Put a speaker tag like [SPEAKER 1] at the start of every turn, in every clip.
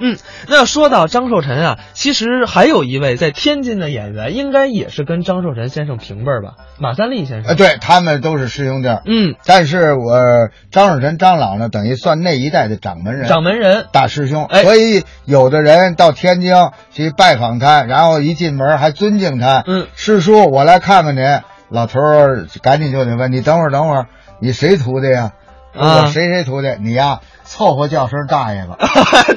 [SPEAKER 1] 嗯，那说到张寿臣啊，其实还有一位在天津的演员，应该也是跟张寿臣先生平辈儿吧，马三立先
[SPEAKER 2] 呃，
[SPEAKER 1] 生。
[SPEAKER 2] 对他们都是师兄弟儿。
[SPEAKER 1] 嗯，
[SPEAKER 2] 但是我张守臣张老呢，等于算那一代的掌门人、
[SPEAKER 1] 掌门人。
[SPEAKER 2] 大师兄，
[SPEAKER 1] 哎
[SPEAKER 2] 所以有的人到天津去拜访他，然后一进门还尊敬他，
[SPEAKER 1] 嗯，
[SPEAKER 2] 师叔，我来看看您。老头儿赶紧就得问你，等会儿，等会儿，你谁徒弟呀？
[SPEAKER 1] 啊
[SPEAKER 2] 我谁谁徒弟？你呀，凑合叫声大爷吧。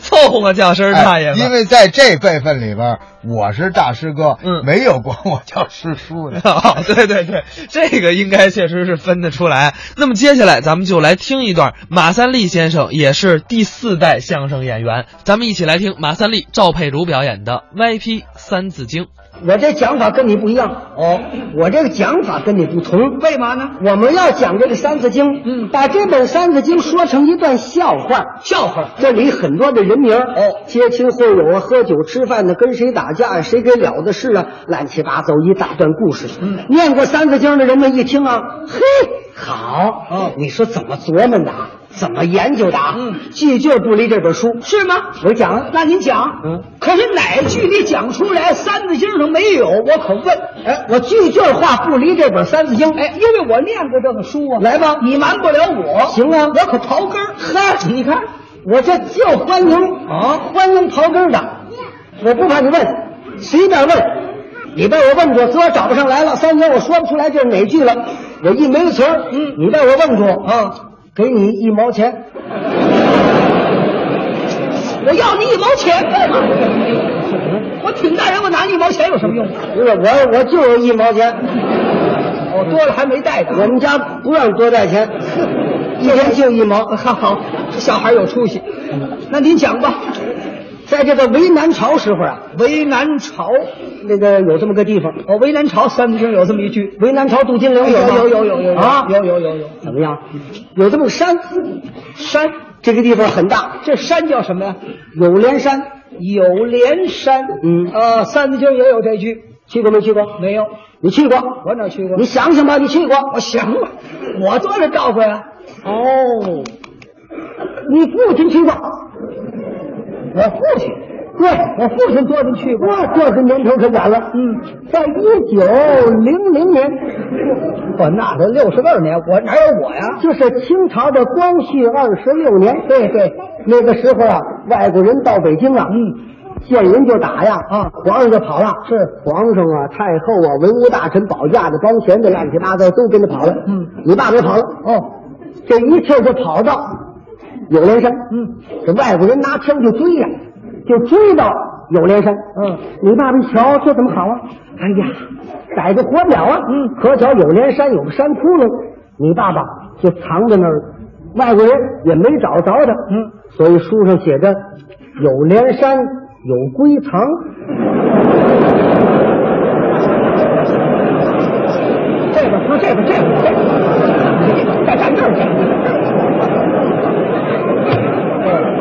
[SPEAKER 1] 凑合叫声大爷
[SPEAKER 2] 哎
[SPEAKER 1] 吧。
[SPEAKER 2] 因为在这辈分里边儿，我是大师哥，
[SPEAKER 1] 嗯
[SPEAKER 2] 没有管我叫师 叔的。
[SPEAKER 1] 哦，对对对，这个应该确实是分得出来。那么接下来咱们就来听一段马三立先生，也是第四代相声演员，咱们一起来听马三立赵佩茹表演的《歪批三字经》。
[SPEAKER 3] 我这讲法跟你不一样，
[SPEAKER 2] 哦，
[SPEAKER 3] 我这个讲法跟你不同。
[SPEAKER 4] 为嘛呢？
[SPEAKER 3] 我们要讲这个《三字经》，嗯，把这本《三字经》说成一段笑话。
[SPEAKER 4] 笑话。
[SPEAKER 3] 这里很多的人名哦，接亲会友啊，喝酒吃饭的，跟谁打架啊，谁给了的事啊，乱七八糟一大段故事。嗯，念过《三字经》的人们一听啊，嘿，好，
[SPEAKER 4] 哦
[SPEAKER 3] 你说怎么琢磨的啊，怎么研究的啊？嗯，句句不离这本书，
[SPEAKER 4] 是吗？
[SPEAKER 3] 我讲啊，
[SPEAKER 4] 那您讲，
[SPEAKER 3] 嗯，
[SPEAKER 4] 可是哪句你讲出来《三字经》上没有？我可问，
[SPEAKER 3] 哎，我句句话不离这本《三字经》。
[SPEAKER 4] 哎，因为我念过这个书啊，
[SPEAKER 3] 来吧
[SPEAKER 4] 你瞒不了我，
[SPEAKER 3] 行啊
[SPEAKER 4] 我可刨根儿。
[SPEAKER 3] 嗨，你看我这就欢迎
[SPEAKER 4] 啊
[SPEAKER 3] 欢迎刨根儿的，我不怕你问，随便问。你被我问住，自个儿找不上来了。三姐，我说不出来这是哪句了，我一没词儿。嗯，你被我问住，
[SPEAKER 4] 啊，
[SPEAKER 3] 给你一毛钱。
[SPEAKER 4] 我要你一毛钱干嘛？我挺大人，我拿你一毛钱有什么用？
[SPEAKER 3] 不是我，我就是一毛钱。
[SPEAKER 4] 我哦多了还没带呢。
[SPEAKER 3] 我们家不让多带 钱，一天就一毛。好好，
[SPEAKER 4] 小孩有出息，那您讲吧。
[SPEAKER 3] 在这个为南朝时候啊，
[SPEAKER 4] 为难朝，
[SPEAKER 3] 那个有这么个地方，
[SPEAKER 4] 我为难朝《三字经》有这么一句，
[SPEAKER 3] 为南朝杜金
[SPEAKER 4] 有
[SPEAKER 3] 陵吗
[SPEAKER 4] 有有有有
[SPEAKER 3] 啊，
[SPEAKER 4] 有有有有
[SPEAKER 3] 怎么样？有这么个山，
[SPEAKER 4] 山，
[SPEAKER 3] 这个地方很大，
[SPEAKER 4] 这山叫什么呀？
[SPEAKER 3] 有连山，
[SPEAKER 4] 有连山，
[SPEAKER 3] 嗯
[SPEAKER 4] 呃，《三字经》也有这句，
[SPEAKER 3] 去过没去过？
[SPEAKER 4] 没有，
[SPEAKER 3] 你去过？
[SPEAKER 4] 我哪去过？
[SPEAKER 3] 你想想吧，你去过？
[SPEAKER 4] 我想过，我多少告过啊呀？
[SPEAKER 3] 哦，你父亲去过？我父亲，对我父亲多少去过？这个年头可远了。嗯，在一九零零年，
[SPEAKER 4] 我哦那都六十二年，我哪有我呀？
[SPEAKER 3] 就是清朝的光绪二十六年。对对，那个时候啊，外国人到北京啊，嗯。见人就打呀！
[SPEAKER 4] 啊
[SPEAKER 3] 皇上就跑了。
[SPEAKER 4] 是
[SPEAKER 3] 皇上啊，太后啊，文武大臣、保驾的、帮闲的，乱七八糟都跟着跑了。
[SPEAKER 4] 嗯，
[SPEAKER 3] 你爸也跑了。
[SPEAKER 4] 哦，
[SPEAKER 3] 这一气儿就跑到有连山。
[SPEAKER 4] 嗯，
[SPEAKER 3] 这外国人拿枪就追呀、就追到有连山。
[SPEAKER 4] 嗯，
[SPEAKER 3] 你爸爸一瞧，这怎么好啊？哎呀，逮着活不了啊！
[SPEAKER 4] 嗯
[SPEAKER 3] 可巧有连山有个山窟窿，你爸爸就藏在那儿，外国人也没找着他。
[SPEAKER 4] 嗯，
[SPEAKER 3] 所以书上写着有连山有龟藏。
[SPEAKER 4] 这边不是这边，这边这边，再站这儿去。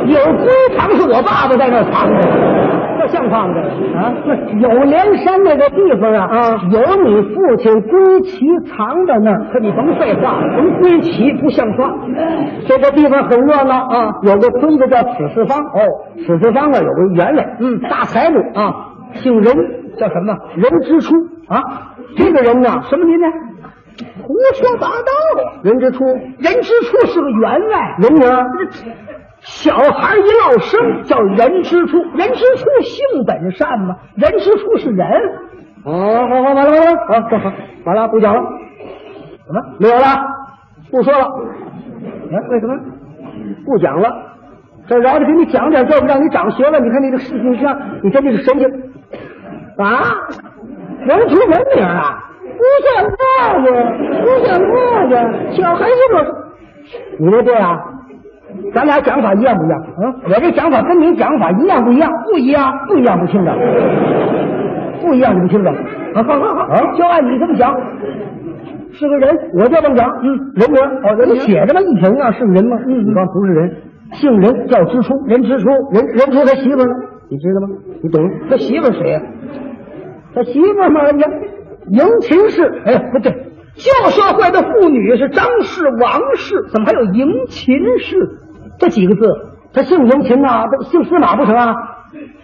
[SPEAKER 3] 有龟藏是我爸爸在那儿藏的，这像话吗？啊，不是有连山那个地方啊，啊，有你父亲归齐藏在那儿。可你甭废话，甭归齐不像话。这个地方很热闹啊，有个村子叫此四方哦，此四方啊有个员外，嗯，大财主啊，姓任，
[SPEAKER 4] 叫什么？
[SPEAKER 3] 任之初啊，这个人呢，什么您呢？
[SPEAKER 4] 胡说八道啊！
[SPEAKER 3] 任之初，
[SPEAKER 4] 人之初是个员外，
[SPEAKER 3] 人名儿小孩一落生叫人之初，
[SPEAKER 4] 人之初性本善嘛，人之初是人。
[SPEAKER 3] 哦，好好，完了完了，好，好好，完了，不讲了，
[SPEAKER 4] 什么？
[SPEAKER 3] 没有了，不说了，嗯
[SPEAKER 4] 哎，为什么？
[SPEAKER 3] 不讲了。这饶着给你讲点，要不让你长学问。你看你这个事情上，你看这个神经啊，人出人名啊，不像话呀，不像话呀，小孩子都，你说对啊？咱俩讲法一样不一样？嗯，我这讲法跟你讲法一样不一样？不一样，不一样，不听着，不一样，你不听着。好好好好，就按你这么讲。是个人，我就这么讲，嗯，人名哦，人名写着吗？一人啊，是个人吗？嗯，你刚不是人，姓任，叫支出，任支出，任任出他媳妇儿呢，你知道吗？你懂？他媳妇谁呀？啊他媳妇儿嘛，人家迎秦氏，哎呀，不对，
[SPEAKER 4] 旧社会的妇女是张氏、王氏，怎么还有迎秦氏？
[SPEAKER 3] 这几个字他姓赢秦呐、不姓司马不成啊？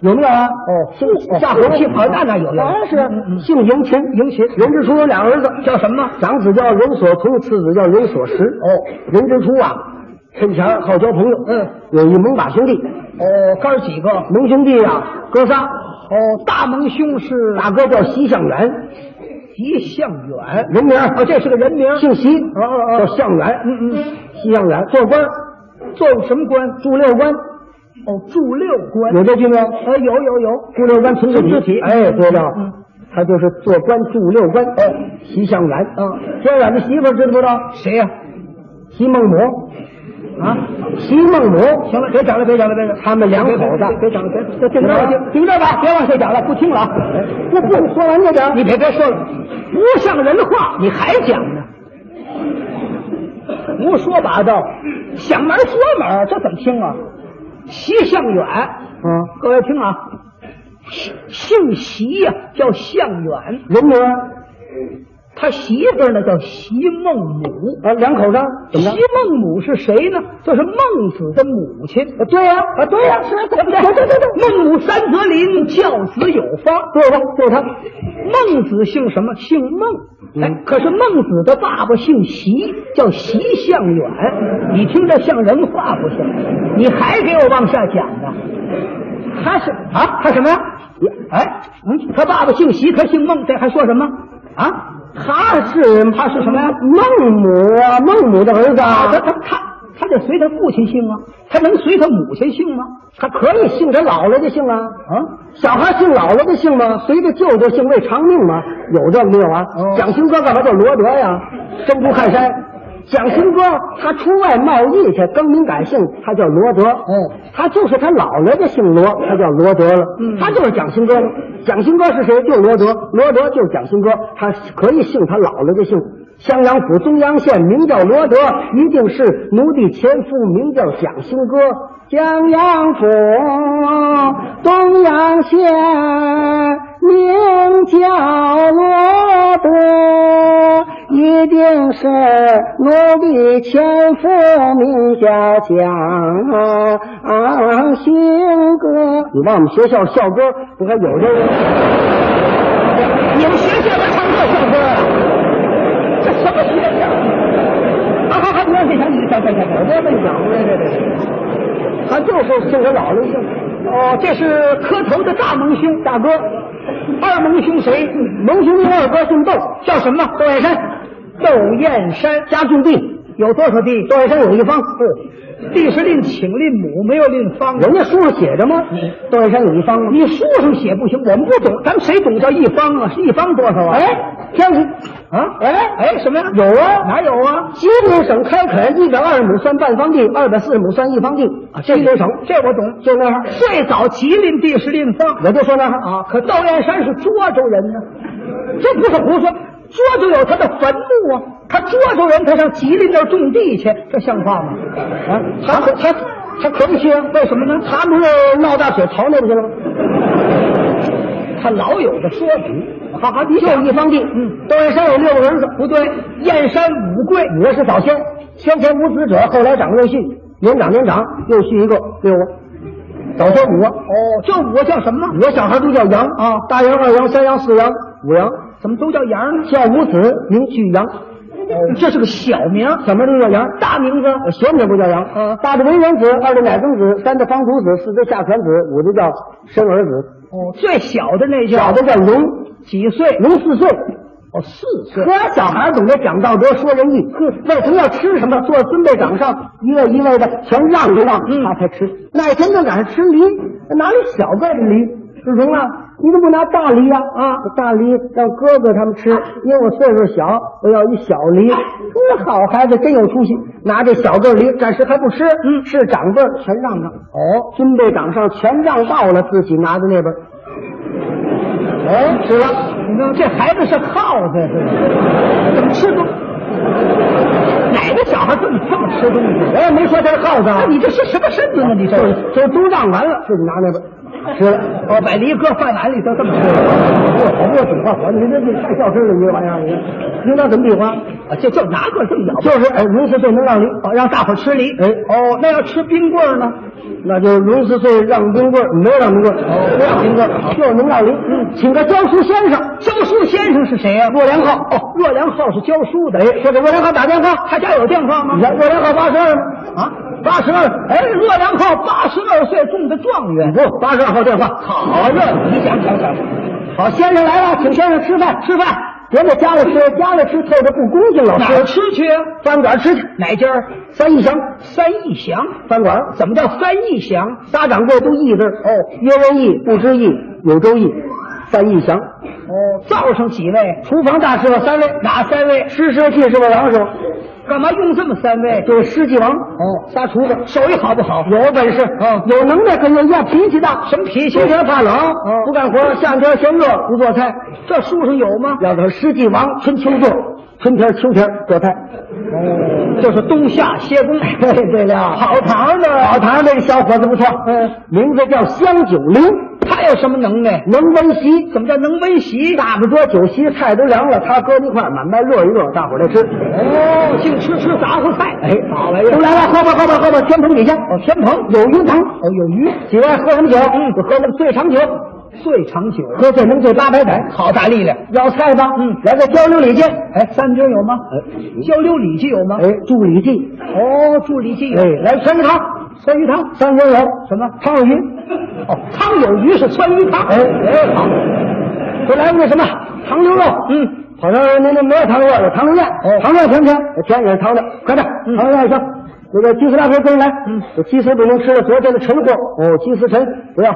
[SPEAKER 3] 有没有啊？
[SPEAKER 4] 哦
[SPEAKER 3] 姓夏侯庆，好那那有嗯
[SPEAKER 4] 当然是
[SPEAKER 3] 啊姓赢秦，赢秦。任之初有俩儿子，
[SPEAKER 4] 叫什么？
[SPEAKER 3] 长子叫任所图，次子叫任所实。哦，任之初啊，趁钱好交朋友，
[SPEAKER 4] 嗯，
[SPEAKER 3] 有一盟把兄弟，
[SPEAKER 4] 哦，哥儿几个？哦，
[SPEAKER 3] 盟兄弟啊，哥仨，
[SPEAKER 4] 大蒙兄是
[SPEAKER 3] 大哥叫席向啊远，
[SPEAKER 4] 吉向远。
[SPEAKER 3] 人名
[SPEAKER 4] 哦，这是个人名。
[SPEAKER 3] 姓席，
[SPEAKER 4] 哦哦
[SPEAKER 3] 叫向远，
[SPEAKER 4] 嗯嗯，
[SPEAKER 3] 席向远做官，
[SPEAKER 4] 做什么官？
[SPEAKER 3] 驻六关，
[SPEAKER 4] 哦，驻六官。
[SPEAKER 3] 有这句没有？
[SPEAKER 4] 呃，有有有。
[SPEAKER 3] 驻六关存
[SPEAKER 4] 存
[SPEAKER 3] 自
[SPEAKER 4] 自己
[SPEAKER 3] 哎，对了
[SPEAKER 4] 嗯，哦
[SPEAKER 3] 他就是做官驻六关，哎，席向远，
[SPEAKER 4] 嗯，
[SPEAKER 3] 向远的媳妇儿知不知道？
[SPEAKER 4] 谁呀？
[SPEAKER 3] 席孟母，
[SPEAKER 4] 啊，
[SPEAKER 3] 席孟母，
[SPEAKER 4] 行了，别讲了，别讲了，别讲了。
[SPEAKER 3] 他们两口
[SPEAKER 4] 别
[SPEAKER 3] 子
[SPEAKER 4] 别讲了，别别停这儿吧，停停这儿吧，别往下讲了，不听了啊。
[SPEAKER 3] 那不说完这点儿
[SPEAKER 4] 你别别说了，不像人话，你还讲呢？胡说八道，想门儿说门儿，这怎么听啊？席向远，
[SPEAKER 3] 嗯，
[SPEAKER 4] 各位听啊，姓席呀、叫向远，
[SPEAKER 3] 人名啊
[SPEAKER 4] 他媳妇儿呢叫席孟母。
[SPEAKER 3] 啊，两口子怎
[SPEAKER 4] 席
[SPEAKER 3] 么着？
[SPEAKER 4] 孟母是谁呢？就是孟子的母亲。
[SPEAKER 3] 啊对呀，
[SPEAKER 4] 啊，对呀、是对不对？对对对，孟母三则邻，教子有方。
[SPEAKER 3] 对吧？就是他，
[SPEAKER 4] 孟子姓什么？姓孟。哎，可是孟子的爸爸姓席，叫席向远。你听着像人话不像？你还给我往下讲呢？他是啊，他什么呀？哎，嗯，他爸爸姓席，他姓孟，这还说什么啊？
[SPEAKER 3] 他是
[SPEAKER 4] 他是什么呀？
[SPEAKER 3] 孟母啊，孟母的儿子
[SPEAKER 4] 啊，
[SPEAKER 3] 啊
[SPEAKER 4] 他，他他他得随他父亲姓啊，他能随他母亲姓吗？
[SPEAKER 3] 他可以姓他姥姥的姓啊。
[SPEAKER 4] 啊，
[SPEAKER 3] 小孩姓姥姥的姓吗？随着舅舅姓为长命吗？有这没有啊？
[SPEAKER 4] 哦
[SPEAKER 3] 蒋勋哥干嘛叫罗德呀？珍珠汗衫。蒋勋哥他出外贸易去，更名改姓，他叫罗德。
[SPEAKER 4] 哦，
[SPEAKER 3] 他就是他姥姥的姓罗，他叫罗德了。
[SPEAKER 4] 嗯
[SPEAKER 3] 他就是蒋勋哥了。蒋勋哥是谁？就是罗德。罗德就是蒋勋哥，他可以姓他姥姥的姓。襄阳府中央县名叫罗德，一定是奴婢前夫名叫蒋勋哥。襄阳府东阳县名叫罗德，一定是奴婢前夫名叫蒋勋哥。你往我们学校校歌，你看有这个。
[SPEAKER 4] 你们学校还唱这校歌啊？这什么学校？啊，还还不让这想你想想想，我这么想，这这这。
[SPEAKER 3] 他就是姓他姥姥姓，
[SPEAKER 4] 哦，这是磕头的大蒙兄，大哥。二蒙兄谁？
[SPEAKER 3] 蒙兄弟二哥姓窦，
[SPEAKER 4] 叫什么？窦燕山。窦燕山
[SPEAKER 3] 家住地。
[SPEAKER 4] 有多少地？
[SPEAKER 3] 窦燕山有一方，
[SPEAKER 4] 地是吝请吝母，没有吝方。
[SPEAKER 3] 人家书上写着
[SPEAKER 4] 嗯
[SPEAKER 3] 吗？窦燕山有一方吗？
[SPEAKER 4] 你书上写不行，我们不懂，咱们谁懂叫一方啊？一方多少啊？
[SPEAKER 3] 哎，天是
[SPEAKER 4] 啊
[SPEAKER 3] 哎
[SPEAKER 4] 哎，什么呀？
[SPEAKER 3] 有啊
[SPEAKER 4] 哪有啊？
[SPEAKER 3] 吉林省开垦一百二十亩算半方地，二百四十亩算一方地
[SPEAKER 4] 啊，
[SPEAKER 3] 吉林省
[SPEAKER 4] 这我懂。
[SPEAKER 3] 就那样。
[SPEAKER 4] 最早吉林地是林方，
[SPEAKER 3] 我就说那样
[SPEAKER 4] 啊，可窦燕山是涿州人呢、这不是胡说。涿州有他的坟墓啊，他涿州人，他上吉林那儿种地去，这像话吗？
[SPEAKER 3] 啊，他可他他可不去啊？为什么呢？他不是闹大水逃那边去了吗？
[SPEAKER 4] 他老有的说理。好好，你
[SPEAKER 3] 就一方地，
[SPEAKER 4] 嗯，
[SPEAKER 3] 窦燕山有六个儿子，
[SPEAKER 4] 不对，燕山五贵，
[SPEAKER 3] 五个是早先，先前无子者，后来长又续，年长年长又续一个六个，早先五个。
[SPEAKER 4] 哦，这五个叫什么？
[SPEAKER 3] 五个小孩都叫羊
[SPEAKER 4] 啊
[SPEAKER 3] 大羊、二羊、三羊、四羊、五羊，
[SPEAKER 4] 怎么都叫羊呢？
[SPEAKER 3] 叫五子名俱羊，
[SPEAKER 4] 这是个小名，
[SPEAKER 3] 小名都叫羊。
[SPEAKER 4] 大名字
[SPEAKER 3] 学名不叫羊，
[SPEAKER 4] 嗯
[SPEAKER 3] 呃大的为人子，二的乃曾子，三的方土子，四的下传子，五的叫生儿子，
[SPEAKER 4] 哦，最小的那叫
[SPEAKER 3] 小的叫龙，
[SPEAKER 4] 几岁？
[SPEAKER 3] 龙四岁。
[SPEAKER 4] 哦，四岁。
[SPEAKER 3] 可小孩懂得讲道德、说仁义，为什么要吃什么？做孙辈掌上，一位一位的全让一让，
[SPEAKER 4] 嗯
[SPEAKER 3] 他才吃。那天正赶上吃梨，哪里小个的梨？志平啊，你怎么不拿大梨呀、啊？
[SPEAKER 4] 啊
[SPEAKER 3] 大梨让哥哥他们吃，因为我岁数小，我要一小梨。那好孩子真有出息，拿这小个梨，暂时还不吃，
[SPEAKER 4] 嗯
[SPEAKER 3] 是长辈儿全让让，
[SPEAKER 4] 哦，
[SPEAKER 3] 孙辈掌上全让到了，自己拿的那边儿，
[SPEAKER 4] 哎，吃了。你看这孩子是耗子，这怎么吃东？哪个小孩这么这么吃东西？
[SPEAKER 3] 我也没说他是耗子啊
[SPEAKER 4] 那，你这是什么身份呢？你这
[SPEAKER 3] 就就都让完了，自己拿那边 儿吃了。
[SPEAKER 4] 哦，把梨搁饭碗里头这么吃，
[SPEAKER 3] 我好不怎么话，你这这太较真了，你这玩意儿，你应当怎么比划？
[SPEAKER 4] 啊，就就拿个这么咬。
[SPEAKER 3] 就是哎，如此就能让你
[SPEAKER 4] 哦，让大伙儿吃梨。
[SPEAKER 3] 哎
[SPEAKER 4] 哦，那要吃冰棍儿呢？那就荣四岁让冰棍儿，没让冰棍儿，不让冰棍儿，就是能让梨。请个教书先生，
[SPEAKER 3] 教书先生是谁呀、
[SPEAKER 4] 若良浩。
[SPEAKER 3] 哦，若良浩是教书的。
[SPEAKER 4] 哎，说给若良浩打电话，
[SPEAKER 3] 他家有电话吗
[SPEAKER 4] 你？看若良浩八十二吗？
[SPEAKER 3] 啊，
[SPEAKER 4] 八十二，
[SPEAKER 3] 哎，若良浩八十二岁中的状元。
[SPEAKER 4] 不，八十二号电话。好热闹，
[SPEAKER 3] 你想想想，
[SPEAKER 4] 好，先生来了，请先生吃饭，吃饭。别在家里吃，家里吃透着不恭敬，老
[SPEAKER 3] 哪儿
[SPEAKER 4] 师。
[SPEAKER 3] 吃去啊？
[SPEAKER 4] 饭馆吃去，
[SPEAKER 3] 哪家儿？
[SPEAKER 4] 三义祥
[SPEAKER 3] 三义祥。
[SPEAKER 4] 饭馆，
[SPEAKER 3] 怎么叫三义祥？
[SPEAKER 4] 仨掌柜都义字哦，约人义，不知义，有周义，三义祥。
[SPEAKER 3] 哦，灶上几位？
[SPEAKER 4] 厨房大师傅三位，
[SPEAKER 3] 哪三位？
[SPEAKER 4] 师师记师傅杨师傅，
[SPEAKER 3] 干嘛用这么三位？
[SPEAKER 4] 就是师记王，
[SPEAKER 3] 哦
[SPEAKER 4] 仨厨子，
[SPEAKER 3] 手艺好不好？
[SPEAKER 4] 有本事，
[SPEAKER 3] 嗯
[SPEAKER 4] 有能耐跟人家脾气大，
[SPEAKER 3] 什么脾气
[SPEAKER 4] 冬？天怕冷，
[SPEAKER 3] 嗯
[SPEAKER 4] 不干活，夏天嫌热，不做菜，
[SPEAKER 3] 这书上有吗？
[SPEAKER 4] 要他师记王，春秋做，春天秋天做菜，
[SPEAKER 3] 这是冬夏歇工。
[SPEAKER 4] 对对了，
[SPEAKER 3] 好堂的
[SPEAKER 4] 老唐这个小伙子不错，
[SPEAKER 3] 嗯，
[SPEAKER 4] 名字叫香九龄，
[SPEAKER 3] 他有什么能耐？
[SPEAKER 4] 能温席，
[SPEAKER 3] 怎么叫能温席？
[SPEAKER 4] 大不桌酒席菜都凉了，他搁一块儿满慢热一热，大伙儿来吃。
[SPEAKER 3] 哦，净吃吃杂烩菜。
[SPEAKER 4] 哎，好玩意儿！都来了，喝吧喝吧喝吧，天棚底下哦，天棚有鱼塘哦，有鱼。几位喝什么酒？嗯，喝那个最长酒，
[SPEAKER 3] 醉长酒，
[SPEAKER 4] 喝最能醉八百载。
[SPEAKER 3] 好大力量。
[SPEAKER 4] 要菜吧？嗯，来个交流礼记。
[SPEAKER 3] 哎，三绝有吗？交流礼记有吗？
[SPEAKER 4] 哎，祝礼记。
[SPEAKER 3] 哦，祝礼记有
[SPEAKER 4] 哎，。来川鱼汤，川鱼汤，三鲜有什么？汤有鱼。
[SPEAKER 3] 哦，汤有鱼是川鱼汤。
[SPEAKER 4] 哎哎，好。都来那什么糖溜肉？
[SPEAKER 3] 嗯，
[SPEAKER 4] 跑那儿那那没有糖溜肉，有糖溜面。
[SPEAKER 3] 哦
[SPEAKER 4] 糖溜面甜不甜？甜也是糖的，快点，糖溜面行。那个鸡丝大皮跟着来，
[SPEAKER 3] 嗯，
[SPEAKER 4] 这鸡丝不能吃了昨天的陈货，哦，鸡丝陈不要，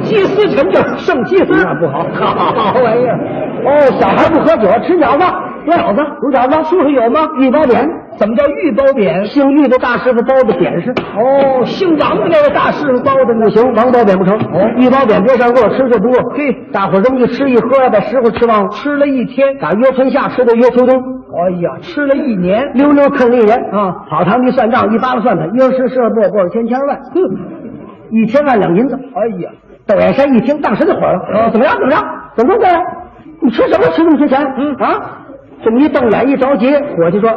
[SPEAKER 3] 鸡丝陈这剩鸡丝，
[SPEAKER 4] 那不好
[SPEAKER 3] 好玩意儿。
[SPEAKER 4] 哦，小孩不喝酒，吃饺子，饺子，煮饺子，树上有吗？玉包匾，
[SPEAKER 3] 怎么叫玉包匾？
[SPEAKER 4] 姓玉的大师傅包的匾是。
[SPEAKER 3] 哦，姓王的那位大师傅包的
[SPEAKER 4] 不
[SPEAKER 3] 呢？
[SPEAKER 4] 行，王包匾不成。
[SPEAKER 3] 哦
[SPEAKER 4] 玉包匾别上锅吃就多。
[SPEAKER 3] 嘿
[SPEAKER 4] 大伙儿这么一吃一喝，把食物吃忘了，
[SPEAKER 3] 吃了一天，
[SPEAKER 4] 打约春夏吃到约秋冬。
[SPEAKER 3] 哎呀，吃了一年，
[SPEAKER 4] 溜溜坑一人
[SPEAKER 3] 啊
[SPEAKER 4] 跑堂一算账，一巴巴算他，一时十二步，过千千万，哼，一千万两银子。
[SPEAKER 3] 哎呀，
[SPEAKER 4] 窦燕山一听，当时就火了，
[SPEAKER 3] 啊
[SPEAKER 4] 怎么样？怎么样？怎么着？你吃什么吃那么些钱？
[SPEAKER 3] 嗯
[SPEAKER 4] 啊，这么一瞪眼一着急，伙计说：“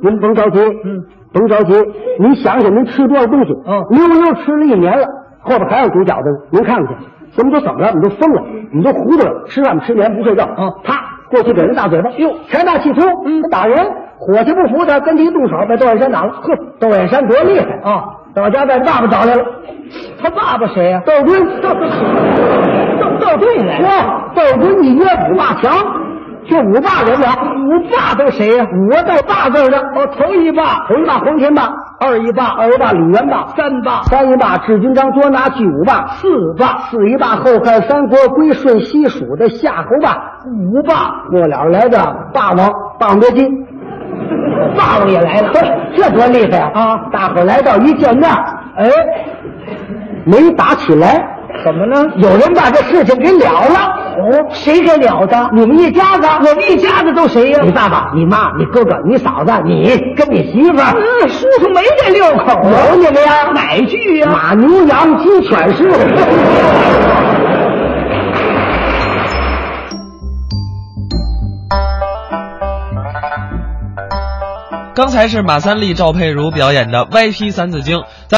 [SPEAKER 4] 您甭着急，
[SPEAKER 3] 嗯，
[SPEAKER 4] 甭着急，您想想您吃多少东西？
[SPEAKER 3] 嗯
[SPEAKER 4] 溜溜吃了一年了，后边还有煮饺子呢，您看看去。我们都怎么了？我们都疯了，我们都糊涂了，吃饭吃眠不睡觉。
[SPEAKER 3] 嗯
[SPEAKER 4] 啪，过去给人大嘴巴，哟，财大气粗，嗯，打人。伙计不服他，跟他一动手，被窦燕山打了。呵，窦燕山多厉害
[SPEAKER 3] 啊！
[SPEAKER 4] 到家把爸爸找来了，
[SPEAKER 3] 他爸爸谁呀、
[SPEAKER 4] 窦军，窦
[SPEAKER 3] 到到队来，
[SPEAKER 4] 哇，窦军你约五霸强，这五霸人了，
[SPEAKER 3] 我爸都谁呀、
[SPEAKER 4] 五个带霸字儿的，哦，头一霸，头一霸黄天霸，
[SPEAKER 3] 二一霸，
[SPEAKER 4] 二一霸李元霸，
[SPEAKER 3] 三霸，
[SPEAKER 4] 三一霸智军章捉拿巨五霸，
[SPEAKER 3] 四霸，
[SPEAKER 4] 四一霸后汉三国归顺西蜀的夏侯霸，
[SPEAKER 3] 五霸，
[SPEAKER 4] 末了来的霸王霸王别姬，
[SPEAKER 3] 霸王也来了
[SPEAKER 4] 不。是这多厉害
[SPEAKER 3] 啊
[SPEAKER 4] 大伙儿来到一见面，
[SPEAKER 3] 哎，
[SPEAKER 4] 没打起来，
[SPEAKER 3] 怎么呢？
[SPEAKER 4] 有人把这事情给了了。
[SPEAKER 3] 哦，谁给了的？
[SPEAKER 4] 你们一家子，
[SPEAKER 3] 我们一家子都谁呀、
[SPEAKER 4] 你爸爸、你妈、你哥哥、你嫂子、你跟你媳妇儿，
[SPEAKER 3] 嗯，叔叔没这六口啊，
[SPEAKER 4] 有你们呀？
[SPEAKER 3] 哪句呀、
[SPEAKER 4] 马牛羊鸡犬豕。
[SPEAKER 1] 刚才是马三立、赵佩茹表演的《歪批三字经》。咱